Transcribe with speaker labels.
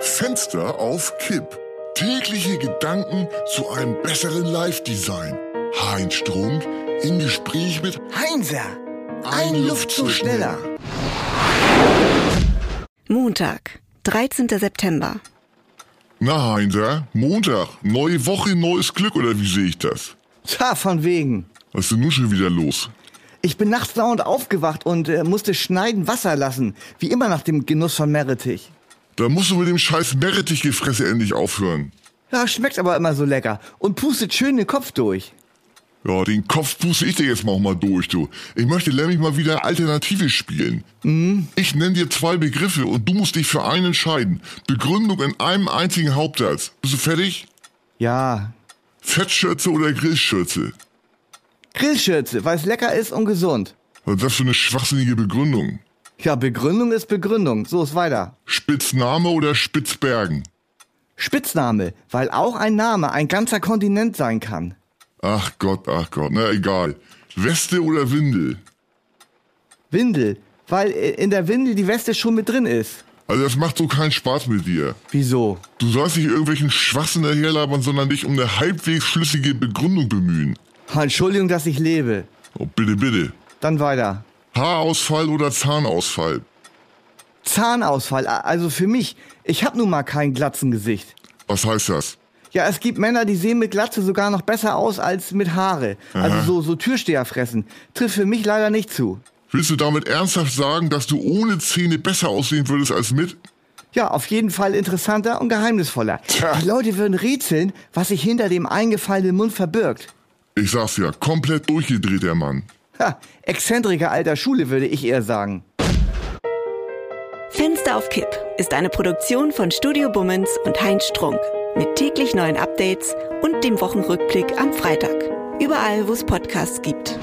Speaker 1: Fenster auf Kipp. Tägliche Gedanken zu einem besseren Live-Design. Heinz Strunk im Gespräch mit
Speaker 2: Heinzer,
Speaker 1: Ein Luftzug schneller.
Speaker 3: Montag, 13. September.
Speaker 1: Na Heinzer, Montag, neue Woche, neues Glück oder wie sehe ich das?
Speaker 2: Tja, von wegen.
Speaker 1: Was ist denn nun schon wieder los?
Speaker 2: Ich bin nachts dauernd aufgewacht und äh, musste schneiden Wasser lassen. Wie immer nach dem Genuss von Meerrettich.
Speaker 1: Da musst du mit dem scheiß Meerrettichgefresse endlich aufhören.
Speaker 2: Ja, schmeckt aber immer so lecker. Und pustet schön den Kopf durch.
Speaker 1: Ja, den Kopf puste ich dir jetzt mal auch mal durch, du. Ich möchte nämlich mal wieder Alternative spielen. Ich nenne dir zwei Begriffe und du musst dich für einen entscheiden. Begründung in einem einzigen Hauptsatz. Bist du fertig?
Speaker 2: Ja.
Speaker 1: Fettschürze oder Grillschürze?
Speaker 2: Grillschürze, weil es lecker ist und gesund.
Speaker 1: Was ist das für eine schwachsinnige Begründung?
Speaker 2: Ja, Begründung ist Begründung. So ist weiter.
Speaker 1: Spitzname oder Spitzbergen?
Speaker 2: Spitzname, weil auch ein Name ein ganzer Kontinent sein kann.
Speaker 1: Ach Gott, ach Gott, na egal. Weste oder Windel?
Speaker 2: Windel, weil äh, in der Windel die Weste schon mit drin ist.
Speaker 1: Also das macht so keinen Spaß mit dir.
Speaker 2: Wieso?
Speaker 1: Du sollst nicht irgendwelchen Schwachsinn daherlabern, sondern dich um eine halbwegs schlüssige Begründung bemühen.
Speaker 2: Entschuldigung, dass ich lebe.
Speaker 1: Oh, bitte, bitte.
Speaker 2: Dann weiter.
Speaker 1: Haarausfall oder Zahnausfall?
Speaker 2: Zahnausfall, a- also für mich, ich hab nun mal kein glatzen Gesicht.
Speaker 1: Was heißt das?
Speaker 2: Ja, es gibt Männer, die sehen mit Glatze sogar noch besser aus als mit Haare. Also so, so Türsteher fressen. Trifft für mich leider nicht zu.
Speaker 1: Willst du damit ernsthaft sagen, dass du ohne Zähne besser aussehen würdest als mit?
Speaker 2: Ja, auf jeden Fall interessanter und geheimnisvoller.
Speaker 1: Tja.
Speaker 2: Die Leute würden rätseln, was sich hinter dem eingefallenen Mund verbirgt.
Speaker 1: Ich sag's ja, komplett durchgedreht, der Mann.
Speaker 2: Ha, Exzentriker alter Schule, würde ich eher sagen.
Speaker 3: Fenster auf Kipp ist eine Produktion von Studio Bummens und Heinz Strunk. Mit täglich neuen Updates und dem Wochenrückblick am Freitag. Überall, wo es Podcasts gibt.